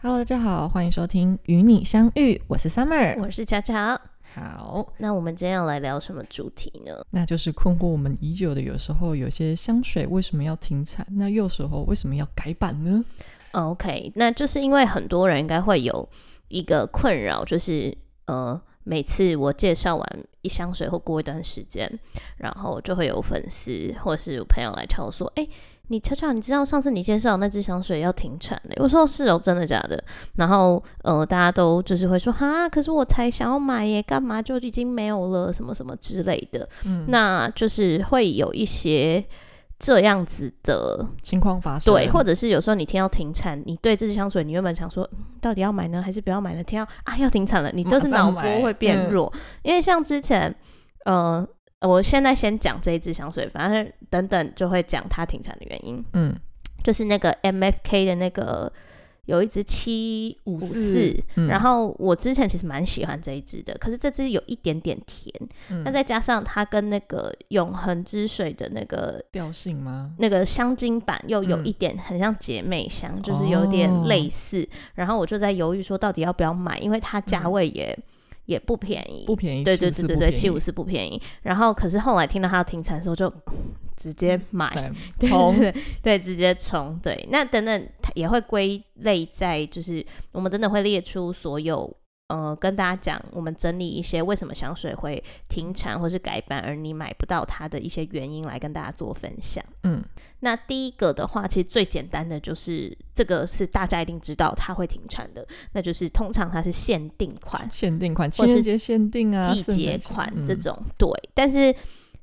Hello，大家好，欢迎收听《与你相遇》，我是 Summer。我是巧巧。好，那我们今天要来聊什么主题呢？那就是困惑我们已久的，有时候有些香水为什么要停产？那有时候为什么要改版呢？嗯 OK，那就是因为很多人应该会有一个困扰，就是呃，每次我介绍完一香水或过一段时间，然后就会有粉丝或是有朋友来敲我说：“哎、你巧巧，你知道上次你介绍那支香水要停产了、我说：“是哦，真的假的？”然后呃，大家都就是会说：“哈，可是我才想要买耶，干嘛就已经没有了？什么什么之类的。”嗯，那就是会有一些这样子的情况发生，对，或者是有时候你听到停产，你对这支香水，你原本想说、嗯到底要买呢，还是不要买呢？听到啊要停产了，你就是马上脑买波会变嗯弱，因为像之前，呃，我现在先讲这一支香水，反正等等就会讲它停产的原因，嗯就是那个 MFK 的那个有一支七五四。嗯，然后我之前其实蛮喜欢这一支的，可是这支有一点点甜，嗯那再加上它跟那个永恒之水的那个调性吗？那个香精版又有嗯哦一点很像姐妹香，就是有点类似。然后我就在犹豫说到底要不要买，因为它价位也、也不便宜。嗯不便宜，对对是不对是对不对，便宜七五四不便宜。然后可是后来听到它要停产的时候，就直接买，对对从对 对，直接冲。对，那等等它也会归类在，就是我们等等会列出所有。呃，跟大家讲，我们整理一些为什么香水会停产或是改版，而你买不到它的一些原因，来跟大家做分享。嗯那第一个的话，其实最简单的就是这个是大家一定知道它会停产的，那就是通常它是限定款、限定款，情或是人节限定啊，季节圣款诞节这，种。对，但是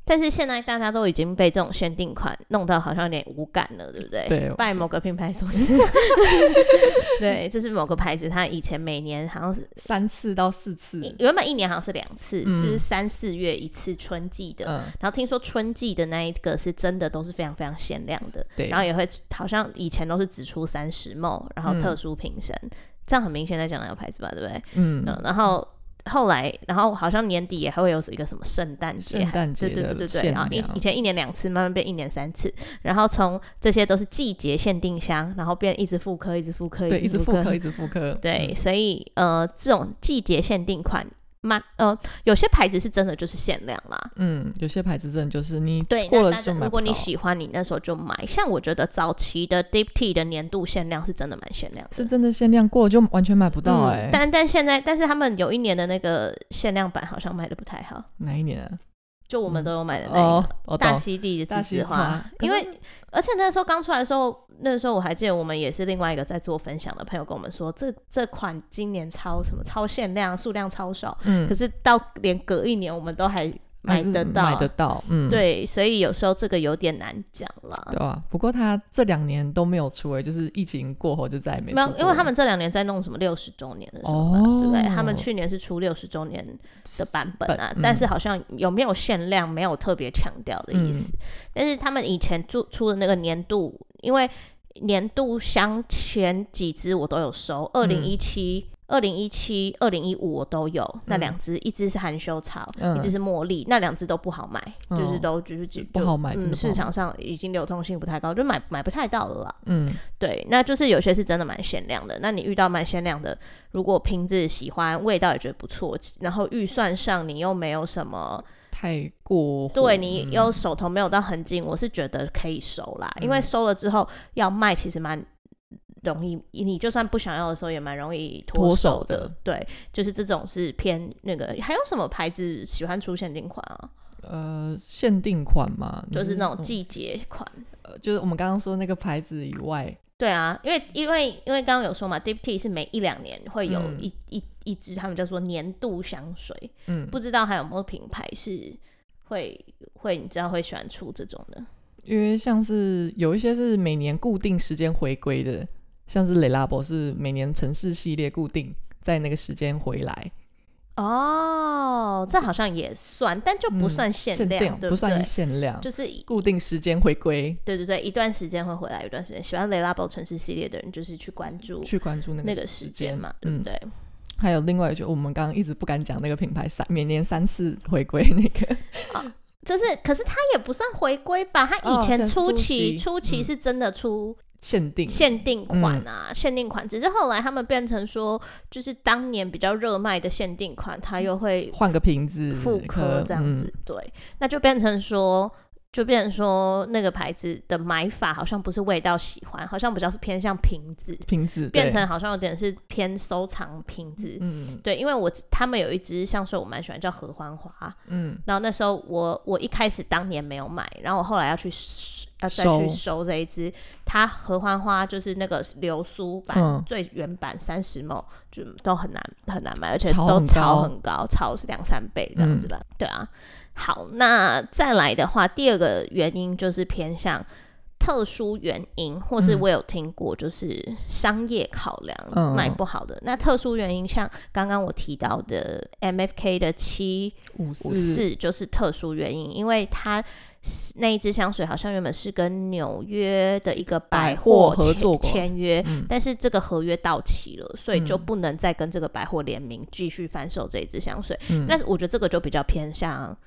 但是现在大家都已经被这种限定款弄到好像有点无感了，对不对？嗯对，拜某个品牌所赐， 对，就是某个牌子，它以前每年好像是三次到四次，原本一年好像是两次，嗯是不是三四月一次春季的，嗯，然后听说春季的那一个是真的都是非常非常限量的，对然后也会好像以前都是只出三十梦，然后特殊评审，这样很明显在讲哪个牌子吧，对不对？嗯，嗯，然后后来，然后好像年底也还会有一个什么圣诞节圣还。诞节对对对的对限对，然后量以以前一年两次，慢慢变一年三次，然后从这些都是季节限定箱，然后变一直复刻，一直复刻，对，一直复复刻刻，一直复刻，嗯对，所以呃，这种季节限定款，蛮呃，有些牌子是真的就是限量啦，嗯，嗯，有些牌子真的就是你对，过了那大就家买如不果你到。喜欢，你那时候就买。像我觉得早期的 Deep Tea 的年度限量是真的蛮限量的，是真的限量过了就完全买不到哎、嗯但但现在，但是他们有一年的那个限量版好像卖的不太好，哪一年啊？就我们都有买的那一个。哦，我大懂。溪地的栀溪子花，因为而且那时候刚出来的时候，那时候我还记得我们也是另外一个在做分享的朋友跟我们说，这这款今年超什么超限量，数量超少，嗯可，是到连隔一年我们都还买还是得到，买得到，嗯，对，所以有时候这个有点难讲啦。对啊。不过他这两年都没有出哎、就是疫情过后就再也没没出有，过因为他了们这两年在弄什么六十周年的时候嘛，哦，对不对？他们去年是出六十周年的版本啊，本嗯但是好像有没有限量，没有特别强调的意嗯思。但是他们以前出出的那个年度，因为年度箱前几支我都有收，二零一嗯七、二零一七、二零一五我都有、那两支，一支是含羞草，嗯一支是茉莉，那两支都不好买，哦就是都就是就不好买真的嗯，不好买市场上已经流通性不太高，就买买不太到了啦。嗯，对，那就是有些是真的蛮限量的。那你遇到蛮限量的，如果瓶子喜欢，味道也觉得不错，然后预算上你又没有什么，太过火嗯对你又手头没有到很紧，我是觉得可以收啦，因为嗯收了之后要卖其实蛮容易，你就算不想要的时候也蛮容易脱脱手的。的对，就是这种是偏那个，还有什么牌子喜欢出限定款啊？呃限定款嘛，你就是那种说季节款。呃就是我们刚刚说那个牌子以外，对啊，因为因为因为刚刚有说嘛，Deep Tea 是每一两年会有嗯一、一一支，他们叫做年度香水，嗯，不知道还有没有品牌是会会你知道会喜欢出这种的。因为像是有一些是每年固定时间回归的，像是雷拉博是每年城市系列固定在那个时间回来，哦，这好像也算，但就不嗯算限限量，定对不对算？限量，就是固定时间回归对对对，一段时间会回来，一段时间喜欢雷拉堡城市系列的人，就是去关注去关注那那个个时间嘛，对嗯不，对？还有另外就我们刚刚一直不敢讲那个品牌三每年三次回归那个， 就是，可是它也不算回归吧？它以哦前像初初期期、初期嗯是真的出限定，嗯限定款啊，限定款。只是后来他们变成说，就是当年比较热卖的限定款，它又会换个瓶子，复刻可嗯这样子。，对，那就变成说，就变成说那个牌子的买法好像不是味道喜欢，好像比较是偏向瓶子，嗯瓶子变对成好像有点是偏收藏瓶子。嗯对，因为我他们有一支香水，我蛮喜欢，叫合欢花。嗯然后那时候我我一开始当年没有买，然后我后来要去收要再收去收这一支，它合欢花就是那个流苏版、嗯最原版三十毛，就都很难很难买，而且炒都很超高嗯很高，超是两三倍这样子吧。对啊，好，那再来的话，第二个原因就是偏向。特殊原因，或是嗯我有听过，就是商业考量、嗯卖不好的。那特殊原因，像刚刚我提到的 MFK 的七五五四四就是特殊原因，因为它是那一支香水好像原本是跟纽约的一个百百货货合签作过签约，嗯但是这个合约到期了，所以就嗯不能再跟这个百货联名继续贩售这一支香水。嗯那我觉得这个就比较偏向。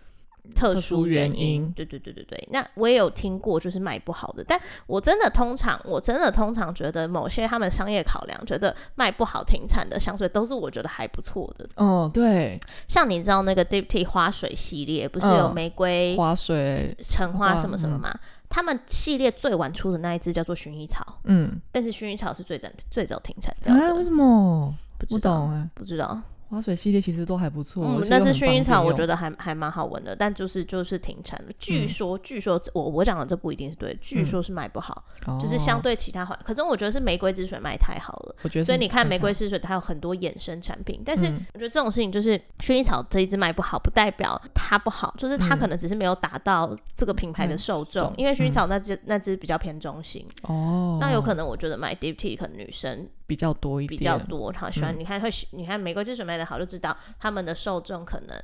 特特殊殊原原因，因对对对对对。那我也有听过，就是卖不好的，但我真的通常，我真的通常觉得某些他们商业考量，觉得卖不好停产的香水，都是我觉得还不错的。哦，对，像你知道那个 d i p t y 花水系列，不是有嗯玫瑰、花水，橙花花什么什么嗯吗？他们系列最晚出的那一支叫做薰衣草，嗯但是薰衣草是最早最早停产掉啊，的，为什么不不知道懂哎？不知道。花水系列其实都还不错，嗯而，且那又支很薰衣方草便我觉用得还还蛮好闻的，但就是就是停产了。据嗯说据说我我讲的这不一定是对的，据嗯说是卖不好，就是哦相对其他花，可是我觉得是玫瑰之水卖太好了。我觉得是所以你看，玫嗯瑰之水它有很多衍生产品，但是我觉得这种事情就是薰衣草这一支卖不好，不代表它不好，就是它嗯可能只是没有达到这个品牌的嗯受众，懂因为薰衣草那支、那支比较偏中性，哦，那有可能我觉得买 d e e p T 可能女生比较多一比点，较多，她喜欢、嗯你看会喜你看玫瑰之水卖的好，就知道他们的受众可能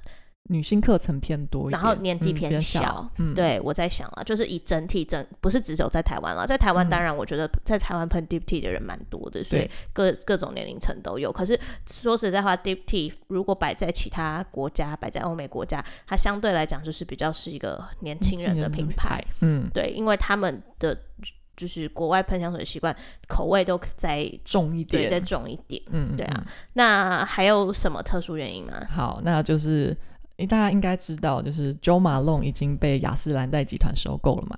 女性课程偏多一点，然后年纪嗯偏比较小小，嗯，对，我在想啊，就是以整体整不是只有在台湾啊啦，在台湾嗯当然我觉得在台湾喷 Deep T 的人蛮多的，所以对各各种年龄层都有。可是说实在话，Deep T 如果摆在其他国家，摆在欧美国家，它相对来讲就是比较是一个年轻人的品牌，，嗯，对，因为他们的就是国外喷香水的习惯，口味都在重一对点，再重一点。嗯，嗯对啊。那还有什么特殊原因吗嗯？好，那就是。诶大家应该知道，就是 Joe Malone 已经被雅诗兰黛集团收购了嘛？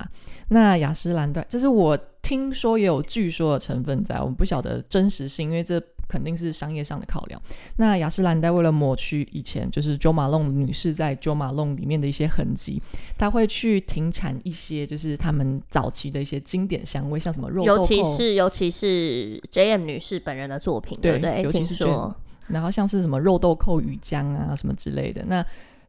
那雅诗兰黛，这是我听说也有据说的成分在，我们不晓得真实性，因为这肯定是商业上的考量。那雅诗兰黛为了抹去以前就是 Jo Malone 女士在 Jo Malone 里面的一些痕迹，她会去停产一些就是他们早期的一些经典香味，像什么肉豆尤蔻，啊其是尤其是 J M 女士本人的作品，对对不对？尤听其是说，然后像是什么肉豆蔻鱼浆啊什么之类的，那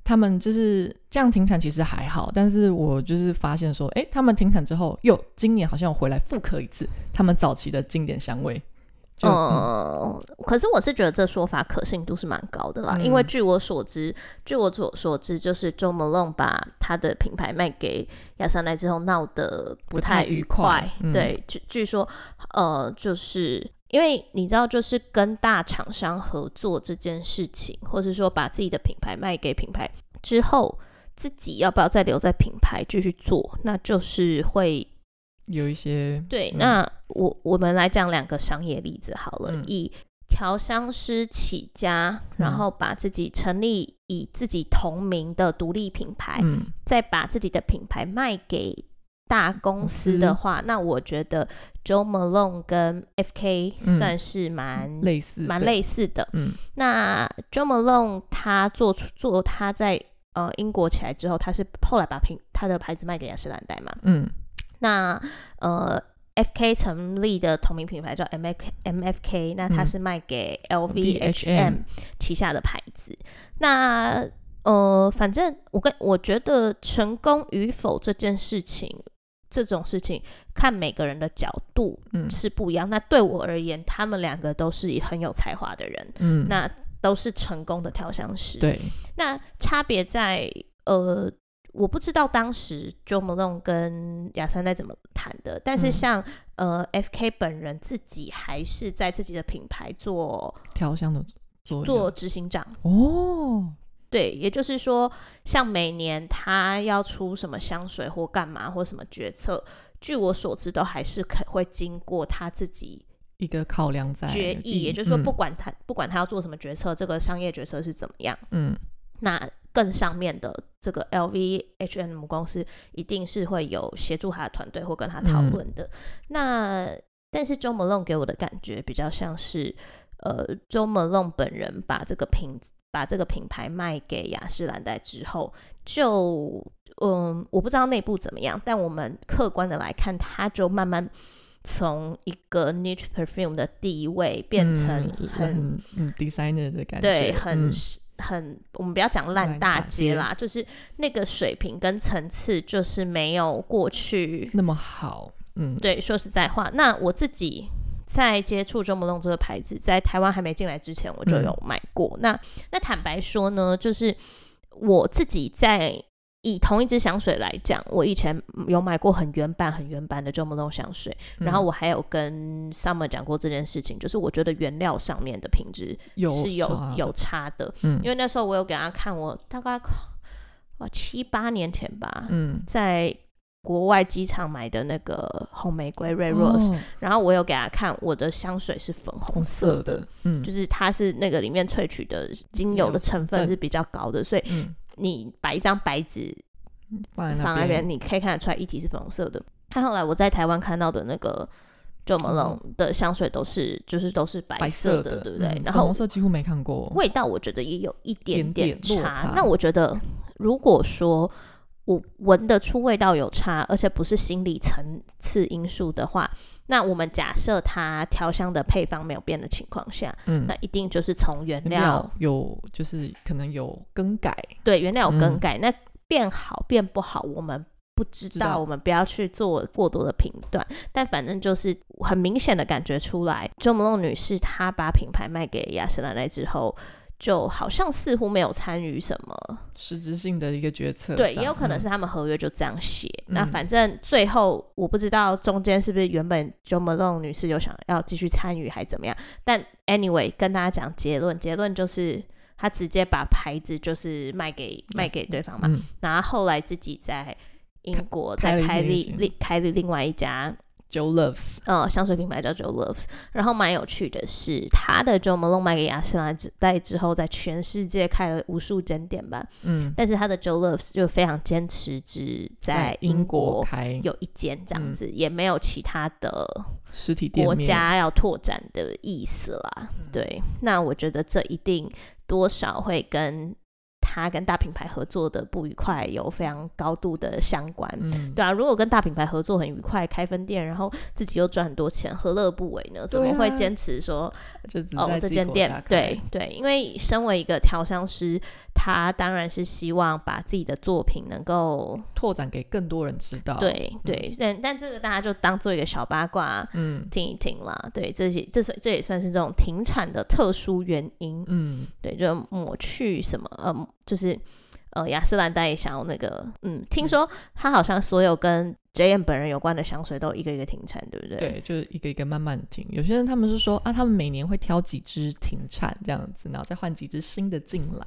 他们就是这样停产其实还好，但是我就是发现说，哎，他们停产之后又今年好像有回来复刻一次他们早期的经典香味，就、嗯、嗯，可是我是觉得这说法可信度是蛮高的啦，嗯因为据我所知，据我所所知，就是 Joe Malone 把他的品牌卖给亚莎奈之后闹得不太不太愉愉快嗯对，据据说，呃，就是。因为你知道，就是跟大厂商合作这件事情，或是说把自己的品牌卖给品牌之后，自己要不要再留在品牌继续做，那就是会有一些对，嗯那我我们来讲两个商业例子好了，嗯以调香师起家，然嗯后把自己成立以自己同名的独立品牌，嗯再把自己的品牌卖给大公司的公话，那我觉得 Joe Malone 跟 FK 嗯算是蛮、类似蛮的类似的。嗯，那 Joe Malone 他做出做他在呃英国起来之后，他是后来把品他的牌子卖给雅诗兰黛嘛，嗯那呃，FK 成立的同名品牌叫 MFK MFK，那它嗯是卖给 LVHM 旗下的牌子。那呃，反正我跟我觉得成功与否这件事情，这种事情看每个人的角度嗯是不一样。那对我而言，他们两个都是很有才华的人，嗯，那都是成功的调香师。对，那差别在呃，我不知道当时 Joe Malone 跟亚珊在怎么谈的，但是嗯像、呃 FK 本人自己还是在自己的品牌做调香的作用做执行长，哦，对，也就是说，像每年他要出什么香水或干嘛或什么决策。据我所知，都还是可会经过他自己一个考量在决意，议，也就是说，嗯不管他、不管他要做什么决策，这个商业决策是怎么样，嗯那更上面的这个 LVHM 公司一定是会有协助他的团队或跟他讨论的。那但是 Joe Malone 给我的感觉比较像是，呃，Joe Malone 本人把这个品把这个品牌卖给雅诗兰黛之后，就嗯，我不知道内部怎么样，但我们客观的来看，他就慢慢。从一个 niche perfume 的地位变成嗯很很嗯 designer 的感觉，对，很、嗯是很，我们不要讲烂烂大大街街啦，就是那个水平跟层次，就是没有过去。那么好，嗯对，说实在话，那我自己在接触周魔龙这个牌子，在台湾还没进来之前，我就嗯有买过。那那坦白说呢，就是我自己在。以同一支香水来讲，我以前有买过很原版、很原版的周 o 龙香水，嗯然后我还有跟 Summer 讲过这件事情，就是我觉得原料上面的品质有是有差有的，差的，嗯因为那时候我有给他看，我大概哇七八年前吧，嗯，在国外机场买的那个红玫瑰 Red Rose，、哦然后我有给他看我的香水是粉红红色色的，的，嗯就是它是那个里面萃取的精油的成分分是比较高的，所以嗯，你把一张白纸放在放那那边，你可以看得出来液体是粉红色的。但后来我在台湾看到的那个。Jo Malone 的香水都是就是都是白白色的，对不对？嗯然粉后红色几乎没看过，味道我觉得也有一点点差。落差那我觉得，如果说我闻得出味道有差，而且不是心理层次因素的话，那我们假设它调香的配方没有变的情况下，嗯那一定就是从原料料有就是可能有更改，对原料有更嗯改，那变好变不好，我们。不知知道，道我们不要去做过多的评断，但反正就是很明显的感觉出来，Jo Malone 女士她把品牌卖给雅诗兰黛之后，就好像似乎没有参与什么实质性的一个决策上，对，也有可能嗯是他们合约就这样写。嗯那反正最后我不知道中间是不是原本 Jo Malone 女士有想要继续参与还怎么样，但 anyway 跟大家讲结论，结论就是她直接把牌子就是卖给卖给对方嘛，嗯然后后来自己在英国开再了一开间立旅行另开立另外一家，Joe Loves，呃香水品牌叫 Jo Loves，然后蛮有趣的是，她的 Jo Malone 卖给雅诗兰黛之后，在全世界开了无数间店吧，嗯，但是他的 Joe Loves 就非常坚持只在英英国开嗯有一间这样子，也没有其他的实体店国面，嗯家要拓展的意思啦。对，那我觉得这一定多少会跟他跟大品牌合作的不愉快有非常高度的相关。嗯，对啊，如果跟大品牌合作很愉快，开分店，然后自己又赚很多钱，何乐不为呢？怎么对啊会坚持说就只哦在，这自己间国家开店，对，对，因为身为一个调香师，他当然是希望把自己的作品能够，拓展给更多人知道，，对对，但但这个大家就当做一个小八卦嗯听一听啦。对，这些这算这也算是这种停产的特殊原因，嗯，对，就抹去什么，嗯，就是呃，雅诗兰黛也想要那个，嗯，听说他好像所有跟 J M 本人有关的香水都一个一个停产，对不对？对，就是一个一个慢慢停。有些人他们是说啊，他们每年会挑几支停产这样子，然后再换几支新的进来，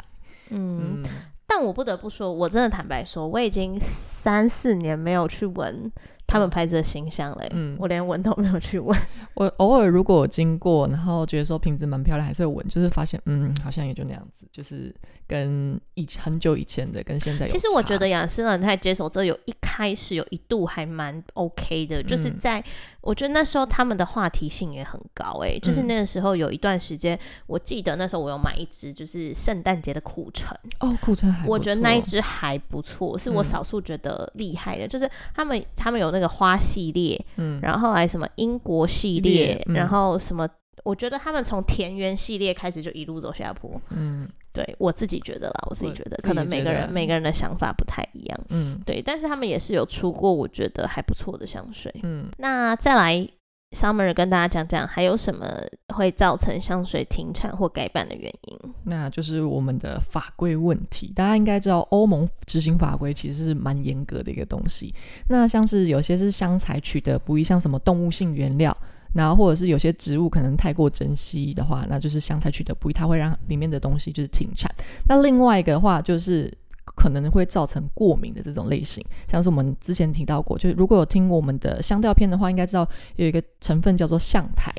嗯嗯，但我不得不说，我真的坦白说，我已经三四年没有去闻他们牌子的形象了欸、嗯我连闻都没有去闻。我偶尔如果有经过，然后觉得说瓶子蛮漂亮，还是会闻，就是发现嗯，好像也就那样子，就是跟以很久以前的跟现在有差。其实我觉得雅诗兰黛接手这有一开始有一度还蛮 OK 的，就是嗯在、我觉得那时候他们的话题性也很高、欸，就是嗯那个时候有一段时间，我记得那时候我有买一支就是圣诞节的苦橙，哦，库存还不我觉得那一错支还不错，是嗯我少数觉得厉害的，就是他们他们有那个花系列，嗯然后后来什么英国系列列，嗯然后什么，我觉得他们从田园系列开始就一路走下坡。嗯对我自己觉得啦，我自己我觉得自己可能每个觉得人每个人的想法不太一样。嗯对，但是他们也是有出过我觉得还不错的香水。嗯，那再来，Summer 跟大家讲讲还有什么会造成香水停产或改版的原因。那就是我们的法规问题。大家应该知道，欧盟执行法规其实是蛮严格的一个东西。那像是有些是香采取得不易，像什么动物性原料。然后，或者是有些植物可能太过珍惜的话，那就是香采取得不易，它会让里面的东西就是停产。那另外一个的话就是。可能会造成过敏的这种类型，像是我们之前提到过，就是如果有听我们的香调片的话，应该知道有一个成分叫做橡苔。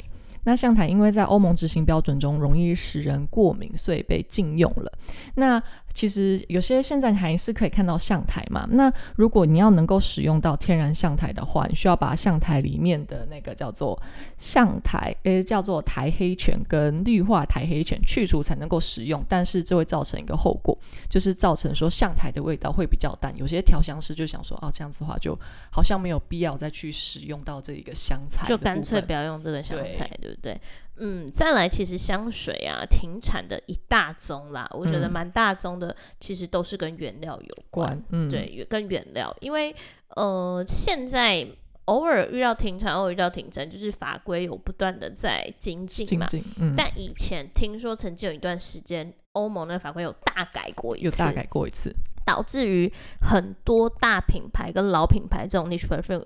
那橡苔因为在欧盟执行标准中容易使人过敏，所以被禁用了。那其实有些现在还是可以看到橡苔嘛。那如果你要能够使用到天然橡苔的话，你需要把橡苔里面的那个叫做橡苔，呃，叫做苔黑醛跟氯化苔黑醛去除才能够使用。但是这会造成一个后果，就是造成说橡苔的味道会比较淡。有些调香师就想说，哦，这样子的话就好像没有必要再去使用到这一个香材，就干脆不。要用这个香对菜，对不对？嗯，再来，其实香水啊，停产的一大宗啦，我觉得嗯蛮大宗的，其实都是跟原料有关关，嗯，对，原跟原料，因为呃，现在偶尔遇到停产，偶尔遇到停产，就是法规有不断的在精进静嘛。静，嗯，但以前听说曾经有一段时间，欧盟的法规有大改过一次，又大概过一次， 导致于很多大品牌跟老品牌这种 niche perfume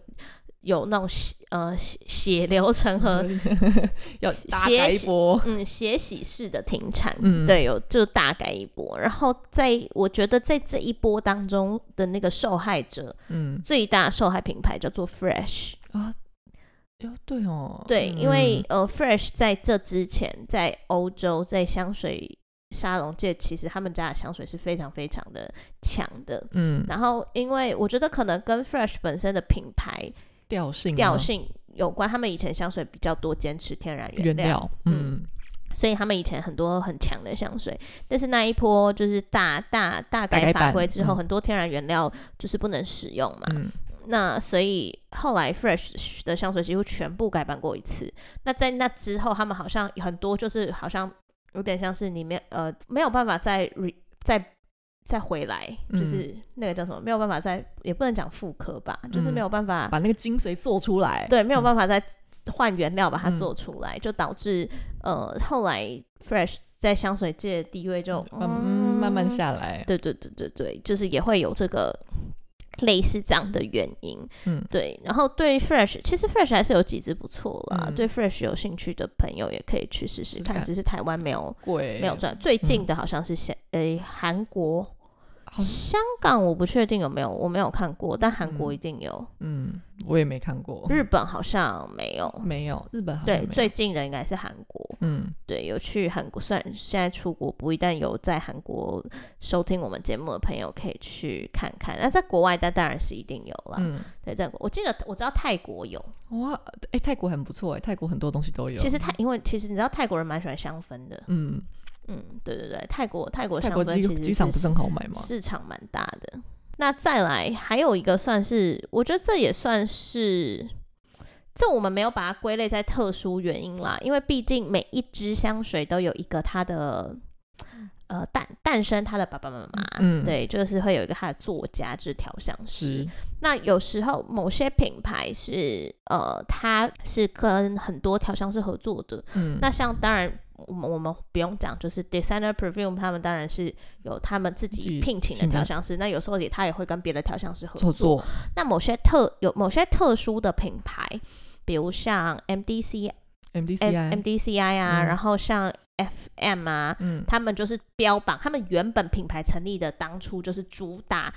有那种血呃血血流成河，嗯要大写改一写波，嗯，血洗式的停产，嗯，对，有就大改一波。然后在我觉得在这一波当中的那个受害者，嗯最大的受害品牌叫做 Fresh，啊，哟，对哦，对，嗯因为呃 Fresh 在这之前在欧洲在香水沙龙界，其实他们家的香水是非常非常的强的。嗯然后，因为我觉得可能跟 Fresh 本身的品牌调性啊调吗性有关，他们以前香水比较多坚持天然原料，料，嗯所以他们以前很多很强的香水，但是那一波就是大大大大改改法版规之后，嗯很多天然原料就是不能使用嘛。嗯那所以后来 Fresh 的香水几乎全部改版过一次。那在那之后，他们好像很多就是好像有点像是你没呃没有办法再 re 再再回来，嗯就是那个叫什么没有办法再也不能讲复刻吧，就是嗯没有办法把那个精髓做出来，对，没有嗯办法再换原料把它嗯做出来，就导致呃后来 Fresh 在香水界的地位就慢嗯慢慢。嗯下来，对对对对对，就是也会有这个类似这样的原因。嗯对。然后对 Fresh，其实 Fresh 还是有几支不错啦，嗯对 Fresh 有兴趣的朋友也可以去试试试看，看只是台湾没有。贵没有，赚，最近的好像是香，诶、韩国、好香港，我不确定有没有，我没有看过，但韩国嗯一定有，嗯，我也没看过，日本好像没有，没有，日嗯本好像对，没最有近的应该是韩国。嗯对，有去韩国，虽然现在出国不一，但有在韩国收听我们节目的朋友可以去看看。那在国外，但当然是一定有啦。嗯，对，在国我记得我知道泰国有，哇，哎，泰国很不错哎，泰国很多东西都有，其实泰因为其实你知道泰国人蛮喜欢香氛的，嗯，嗯，对对对，泰国泰国泰香国氛机其实机场是不是很好买吗？市场蛮大的。那再来还有一个算是，我觉得这也算是，这我们没有把它归类在特殊原因啦，因为毕竟每一支香水都有一个它的呃诞诞生它的爸爸妈妈，嗯啊对，就是会有一个它的作家，就是调香师是。，那有时候某些品牌是呃，它是跟很多调香师合作的，嗯，那像当然，我们我们不用讲，就是 designer perfume 他们当然是有他们自自己己聘请的请的调香师，那有时候也他也会跟别的调香师合做作。做，那某些特有某些特殊的品牌，比如像 MDC、 MDCI， MDCI 啊，嗯然后像 FM 啊，嗯他们就是标榜他们原本品牌成立的当初就是主打。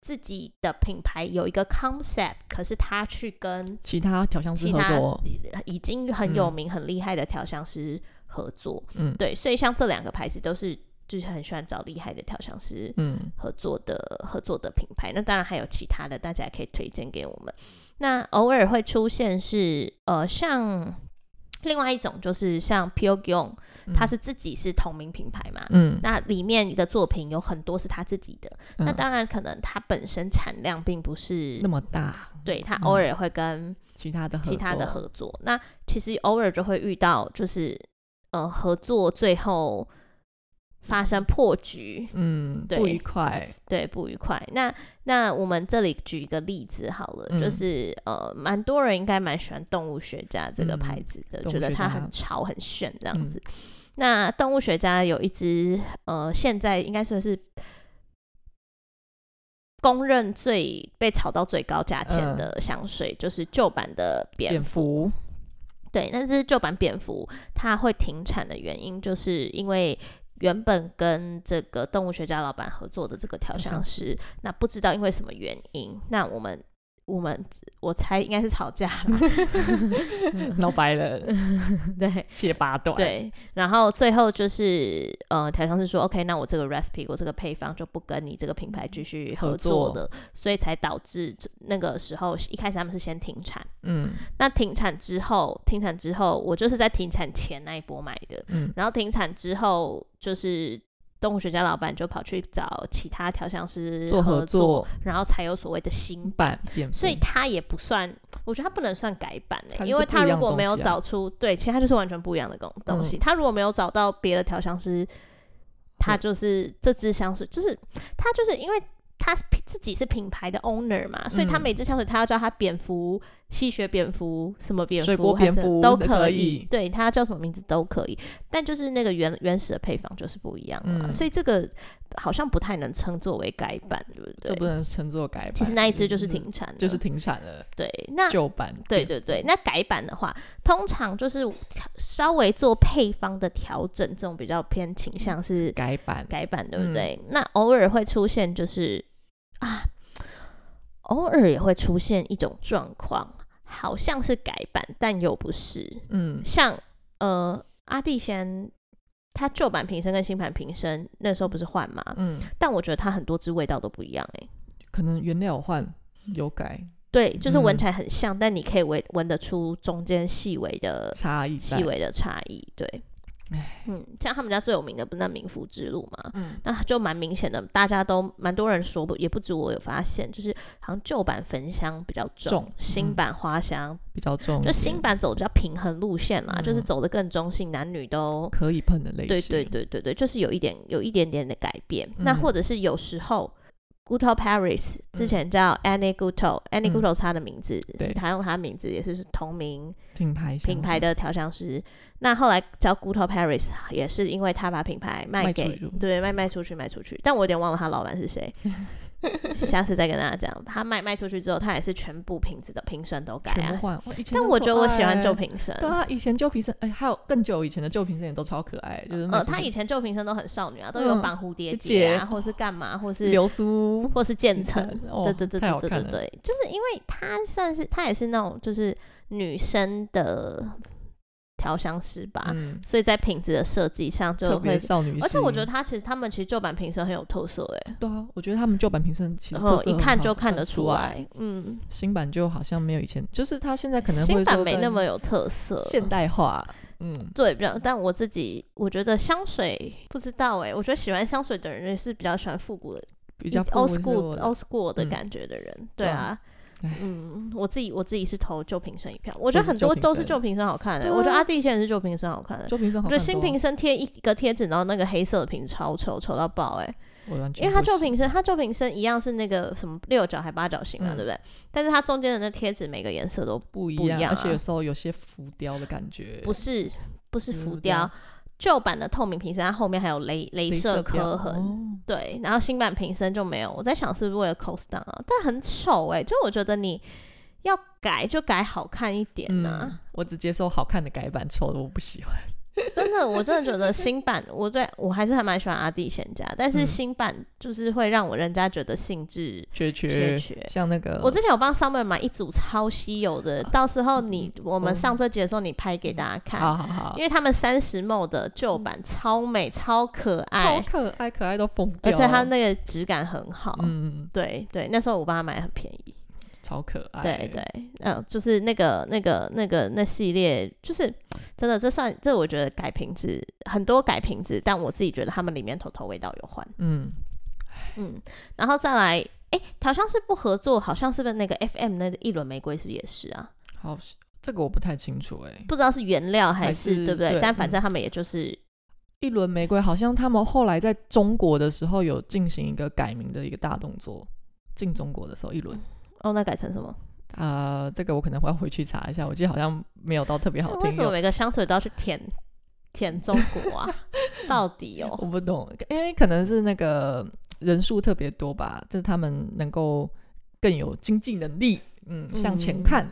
自己的品牌有一个 concept，可是他去跟其他调香师其合他作哦，已经很有名、很厉害的调香师合作，嗯对，所以像这两个牌子都是就是很喜欢找厉害的调香师嗯合作的合作的品牌。那当然还有其他的，大家也可以推荐给我们。那偶尔会出现是呃，像另外一种就是像 Pure g i o n 嗯它是自己是同名品牌嘛。嗯，那里面的作品有很多是他自己的，那嗯当然可能它本身产量并不是那么大，对，它嗯偶尔会跟其他的合其他的作合作。那其实偶尔就会遇到，就是呃合作最后发生破局，嗯对不愉快，对不愉快。那那我们这里举一个例子好了，就嗯是呃蛮多人应该蛮喜欢动物学家这个嗯牌子的，动觉物得学它家很潮很炫这样嗯子。那动物学家有一支呃，现在应该算是。公认最被炒到最高价钱嗯的香水，就是旧版的蝙蝠，对，但是旧版蝙蝠它会停产的原因，就是因为原本跟这个动物学家老板合作的这个调香师，那不知道因为什么原因，那我们我们我猜应该是吵架了， 闹掰了，对切八段，， 对，然后最后就是呃，调香师说 OK，那我这个 recipe 我这个配方就不跟你这个品牌继续合合作作了，所以才导致那个时候一开始他们是先停产，嗯那停产之后，停产之后我就是在停产前那一波买的，嗯然后停产之后，就是动物学家老板就跑去找其他调香师做合作，作然后才有所谓的新版。版变所以他也不算，我觉得他不能算改版嗯诶、它就是因为他不一如样的果没有东西啊嗯找出，对，其实他就是完全不一样的东东西。他如果没有找到别的调香师，他对就是这支香水，就是他就是因为他是自己是品牌的 owner 嘛，所以他嗯每支香水他要叫他蝙蝠、吸血蝙蝠、什么蝙蝠、水果蝙蝠还是都都可可以以，对，他要叫什么名字都可以，但就是那个原原始的配方就是不一样了嘛，嗯所以这个好像不太能称作为改版，对不就不对？能称作改版。其实那一支就是停，停产的，就是停产了，对，那旧版变。对对对，那改版的话，通常就是稍微做配方的调整，这种比较偏倾向是改版，改版，对不对？那偶尔会出现就是啊，偶尔也会出现一种状况，好像是改版，但又不是。嗯像呃，阿蒂先他旧版瓶身跟新版瓶身那时候不是换吗？嗯，但我觉得它很多支味道都不一样哎、可能原料换有改对，就是闻嗯起来很像，但你可以闻闻得出中间细微的差异在，呃细微的差异。对唉，嗯，像他们家最有名的不是那民福之路嘛，嗯那就蛮明显的，大家都蛮多人说不，也不止我有发现，就是好像旧版焚香比较重，重新嗯版花香，比较重一点，就新版走比较平衡路线啦，就是嗯走的更中性，男女都。可以喷的类对型，对对对对，就是有一点有一点点的改变。嗯那或者是有时候 g u t o Paris 之前叫 Annie g u t o a n n i e 嗯 g u t o 是他的名字，对是他用他的名字，也是是同名品牌品牌的的调香师。那后来叫 g u t o Paris 也是因为他把品牌卖卖给出去对卖卖出去卖出去，但我有点忘了他老板是谁， 下次再跟大家讲。他卖卖出去之后，他也是全部瓶子的瓶身都改全部啊。换，哇以前但很我可觉得我喜欢爱旧。瓶身，对啊，以前旧瓶身，哎，还有更久以前的旧瓶身也都超可爱，就是呃，卖出他去以前旧瓶身都很少女啊，都有嗯绑蝴蝶蝴结啊，蝶或是干嘛，或是流苏或是渐层，层，对哦，对对太对好对看对了，对，就是因为他算是他也是那种就是女生的调香师吧，嗯，所以在瓶子的设计上特啊就会别，少女心，而且我觉得他其实他们其实旧版瓶身很有特色哎，对啊，我觉得他们旧版瓶身其实然特后色哦一很看好就看得得出来，来，嗯，新版就好像没有以前，就是他现在可能新会版说没更那么有特色。现代化，嗯，对，比较，但我自己我觉得香水不知道哎、我觉得喜欢香水的人是比较喜欢复古的比较复古嗯 old 是 school 哦我的 old school 的嗯感觉的人，对对啊啊，嗯，我自己我自己是投旧瓶身一票，我觉得是很多旧瓶都是身旧瓶身好看的、对啊我觉得阿弟现在是旧瓶身好看的、旧瓶身我好觉得看新很多瓶身贴一个贴纸，然后那个黑色的瓶超丑，丑到爆哎、我完全因为它不旧行瓶身，它旧瓶身一样是那个什么六角还八角形嘛、嗯对不对？但是它中间的那贴纸每个颜色都不一不一样，样而且啊有时候有些浮雕的感觉，不是不是浮浮雕雕，旧版的透明瓶身它后面还有镭镭镭射标刻痕，哦对，然后新版瓶身就没有。我在想是不是为了 cost down 啊，但很丑哎、就我觉得你要改就改好看一点呐、嗯，我只接受好看的改版，丑的我不喜欢。真的，我真的觉得新版，我对我还是还蛮喜欢阿弟贤家，但是嗯新版就是会让我人家觉得兴致缺缺缺，缺。像那个我之前有帮 Summer 买一组超稀有的，到时候你我们嗯上这集的时候你拍给大家看，好好好因，为他们三十 m 的旧版超美、超可超爱，可爱，可爱到疯掉而了，且它那个质感很好。嗯，对对，那时候我帮他买很便宜。超可爱，欸对对，嗯、就是那个那个那个那系列，就是真的，这算这我觉得改瓶子很多改瓶子，但我自己觉得他们里面头头味道有换，嗯，嗯，然后再来，哎，好像是不合作，好像是不是那个 FM 那一轮玫瑰是不是也是啊？好，这个我不太清楚哎。不知道是原料还还是是对不对？对但反嗯正他们也就是一轮玫瑰好像他们后来在中国的时候有进行一个改名的一个大动作，进中国的时候一轮，哦，那改成什么？呃，这个我可能会要回去查一下，我记得好像没有到特别好那为听什么有。每个香水都要去舔舔中国 啊？到底哦，我不懂，因为可能是那个人数特别多吧，就是他们能够更有经济能力，嗯，向前看。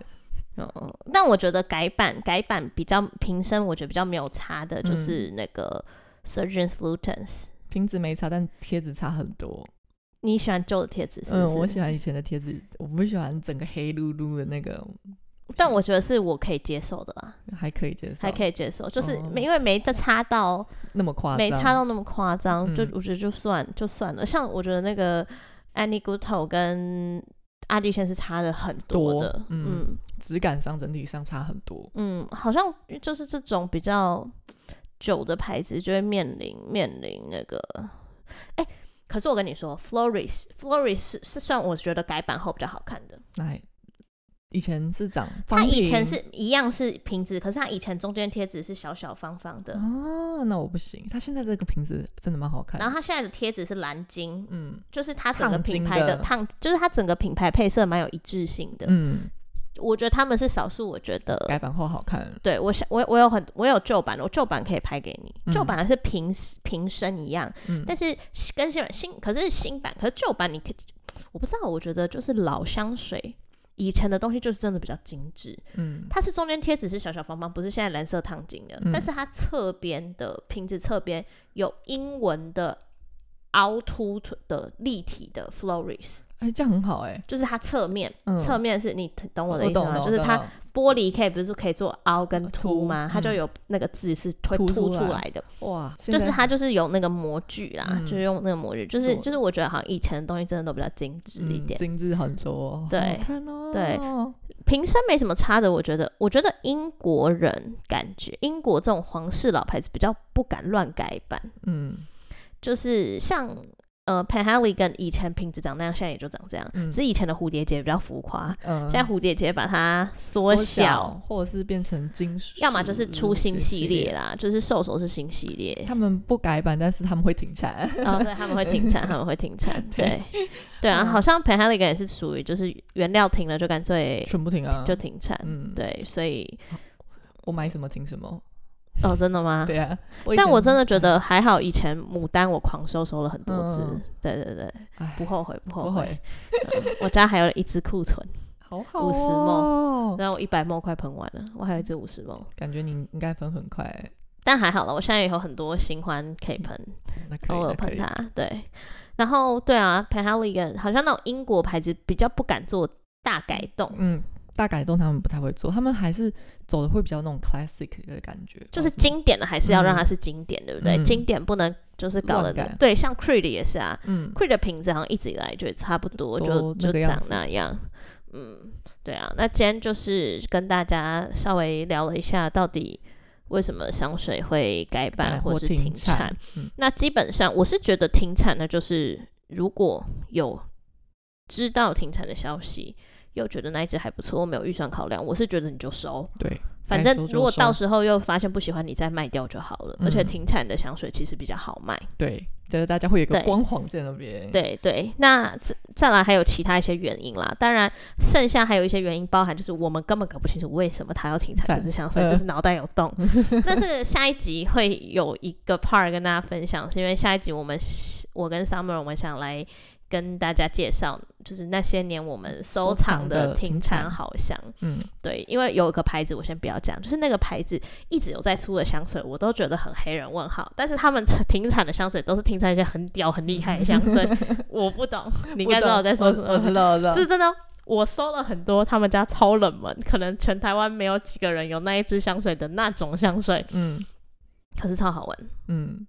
嗯，嗯但我觉得改版改版比较瓶身，我觉得比较没有差的，就是那个 Surgeons Luton's。瓶子没擦，但贴纸擦很多。你喜欢旧的贴纸是不是？嗯，我喜欢以前的贴纸，我不喜欢整个黑噜噜的那个，但我觉得是我可以接受的啦，还可以接受，还可以接受，就是哦没、因为没得擦到，那么夸张，没擦哦到那么夸张，就嗯我觉得就算就算了。像我觉得那个 Annie Guto 跟阿丽轩是差的很多的，嗯嗯质感上整体上差很多。嗯，好像就是这种比较久的牌子就会面临面临那个，哎、可是我跟你说，Floris Floris 是是算我觉得改版后比较好看的。那哎以前是长方它瓶，以前是一样是瓶子，可是它以前中间贴纸是小小方方的，哦，那我不行。它现在这个瓶子真的蛮好看的，然后它现在的贴纸是蓝晶，嗯就是它整个烫金品牌的的烫，就是它整个品牌配色蛮有一致性的。嗯，我觉得他们是少数，我觉得改版后好看，对我想我我有很我有旧版的，我旧版可以拍给你，嗯旧版的是瓶瓶身一样，嗯，但是跟新版新可是新版，可是旧版你可以我不知道，我觉得就是老香水。以前的东西就是真的比较精致，嗯它是中间贴纸是小小方方，不是现在蓝色烫金的，嗯但是它侧边的瓶子侧边有英文的凹凸的立体的 Floris，哎、这样很好哎、就是它侧面，嗯侧面是你懂我的意思懂吗？懂就是懂它玻璃可以不是可以做凹跟凸凸吗？它就嗯有那个字是会凸凸出出来来的，哇，现就是在它就是有那个模具啦，嗯就是用那个模具，就是做就是我觉得好像以前的东西真的都比较精致一嗯点，精致很多，对好看哦，对瓶身没什么差的，我觉得，我觉得英国人感觉英国这种皇室老牌子比较不敢乱改版，嗯就是像呃 p a n h a l y 跟以前瓶子长那样，现在也就长这样，嗯只是以前的蝴蝶结比较浮夸，嗯，现在蝴蝶结把它缩缩小，或者是变成金属，嗯要么就是出新系列了。啦，就是兽首是新系列，他们不改版，但是他们会停下来。 哦，对，他们会停产，他们会停产，对对，对啊，嗯好像 p a n h a l y 也是属于就是原料停了就干脆全部停啊！就停产，嗯，对，所以我买什么停什么。哦，真的吗？对啊，但我以前真的觉得还好，以前牡丹我狂收收了很多只，嗯对对对，哎不后悔，不后不悔会。，嗯我家还有一只 库存，好好50哦，然后我一百梦快喷完了，我还有嗯一只五十梦，感觉你应该分很快欸。但还好了，我现在有很多新欢可以喷，那可以，偶尔那嗯可喷以。它，对。然后对啊 p a n h a l i g a n 好像那种英国牌子比较不敢做大改动，嗯，大改动他们不太会做，他们还是走的会比较那种 classic 的感觉，就是不知道经典的还是要让它是经典，对不对？嗯经典不能就是搞得乱改对，像 Creed 也是啊，为什么 Creed 的瓶子好像一直以来就差不多，就都就那个样长子那样。嗯，对啊。那今天就是跟大家稍微聊了一下，到底为什么香水会改版改或哎或是停停产产？嗯那基本上我是觉得停产呢，就是如果有知道停产的消息，又觉得那一只还不错，没有预算考量，我是觉得你就收。嗯，对，该反正收就如果到收时候又发现不喜欢，你再卖掉就好了。而且嗯停产的香水其实比较好卖。对，就是大家会有一个对光环在那边，，对对，那再再来还有其他一些原因啦，当然剩下还有一些原因包含就是我们根本搞不清楚为什么他要停产这在支香水，呃就是脑袋有洞。 但是下一集会有一个 part 跟大家分享，是因为下一集我们我跟 Summer 我们想来跟大家介绍，就是那些年我们收收藏藏的的停停产产好香。嗯，对，因为有一个牌子我先不要讲，就是那个牌子一直有在出的香水，我都觉得很黑人问号。但是他们停产的香水都是停产一些很屌、很厉害的香 水，我不懂，你应该知道我在说什我知么。道，我知道这，是真的哦，我收了很多他们家超冷门，可能全台湾没有几个人有那一支香水的那种香水，嗯可是超好闻。嗯，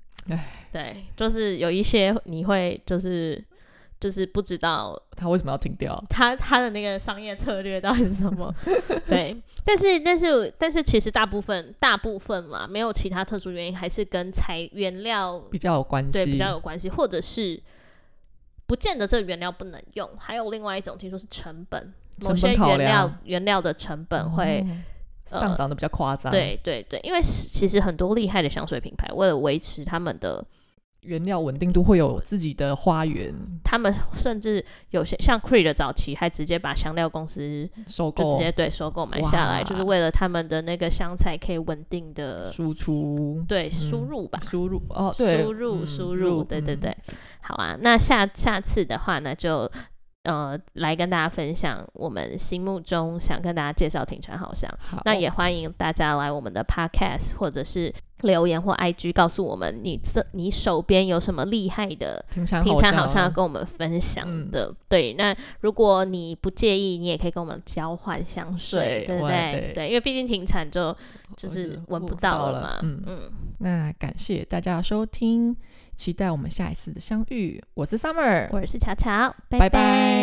对，就是有一些你会就是就是不知道他为什么要停掉？他他的那个商业策略到底是什么？ 对，但是但是但是，其实大部分大部分啦，没有其他特殊原因，还是跟材原料比较有关系，对比较有关系，或者是不见得这个原料不能用。还有另外一种，听说是成本，某成本些考原料量原料的成本会、哦上涨的比较夸张，，对对对，因为其实很多厉害的香水品牌，为了维持他们的原料稳定度会有自己的花园他们甚至有些像 Creed 的早期还直接把香料公司收就直购接对收购买下哦来，哇就是为了他们的那个香菜可以稳定的输出对嗯输入吧，输入哦，对，呃输入嗯输入，对对嗯对，好啊。那下下次的话呢，就呃来跟大家分享我们心目中想跟大家介绍停船好香。好，那也欢迎大家来我们的 podcast 或者是留言或 IG 告诉我们你这你手边有什么厉害的嗯平常平常好像要像跟我们分享的。对，那如果你不介意，你也可以跟我们交换香水，对对不对对对？因为毕竟停产就就是闻不到了嘛。嗯，嗯，那感谢大家的收听，期待我们下一次的相遇。我是 Summer，我是巧巧，拜拜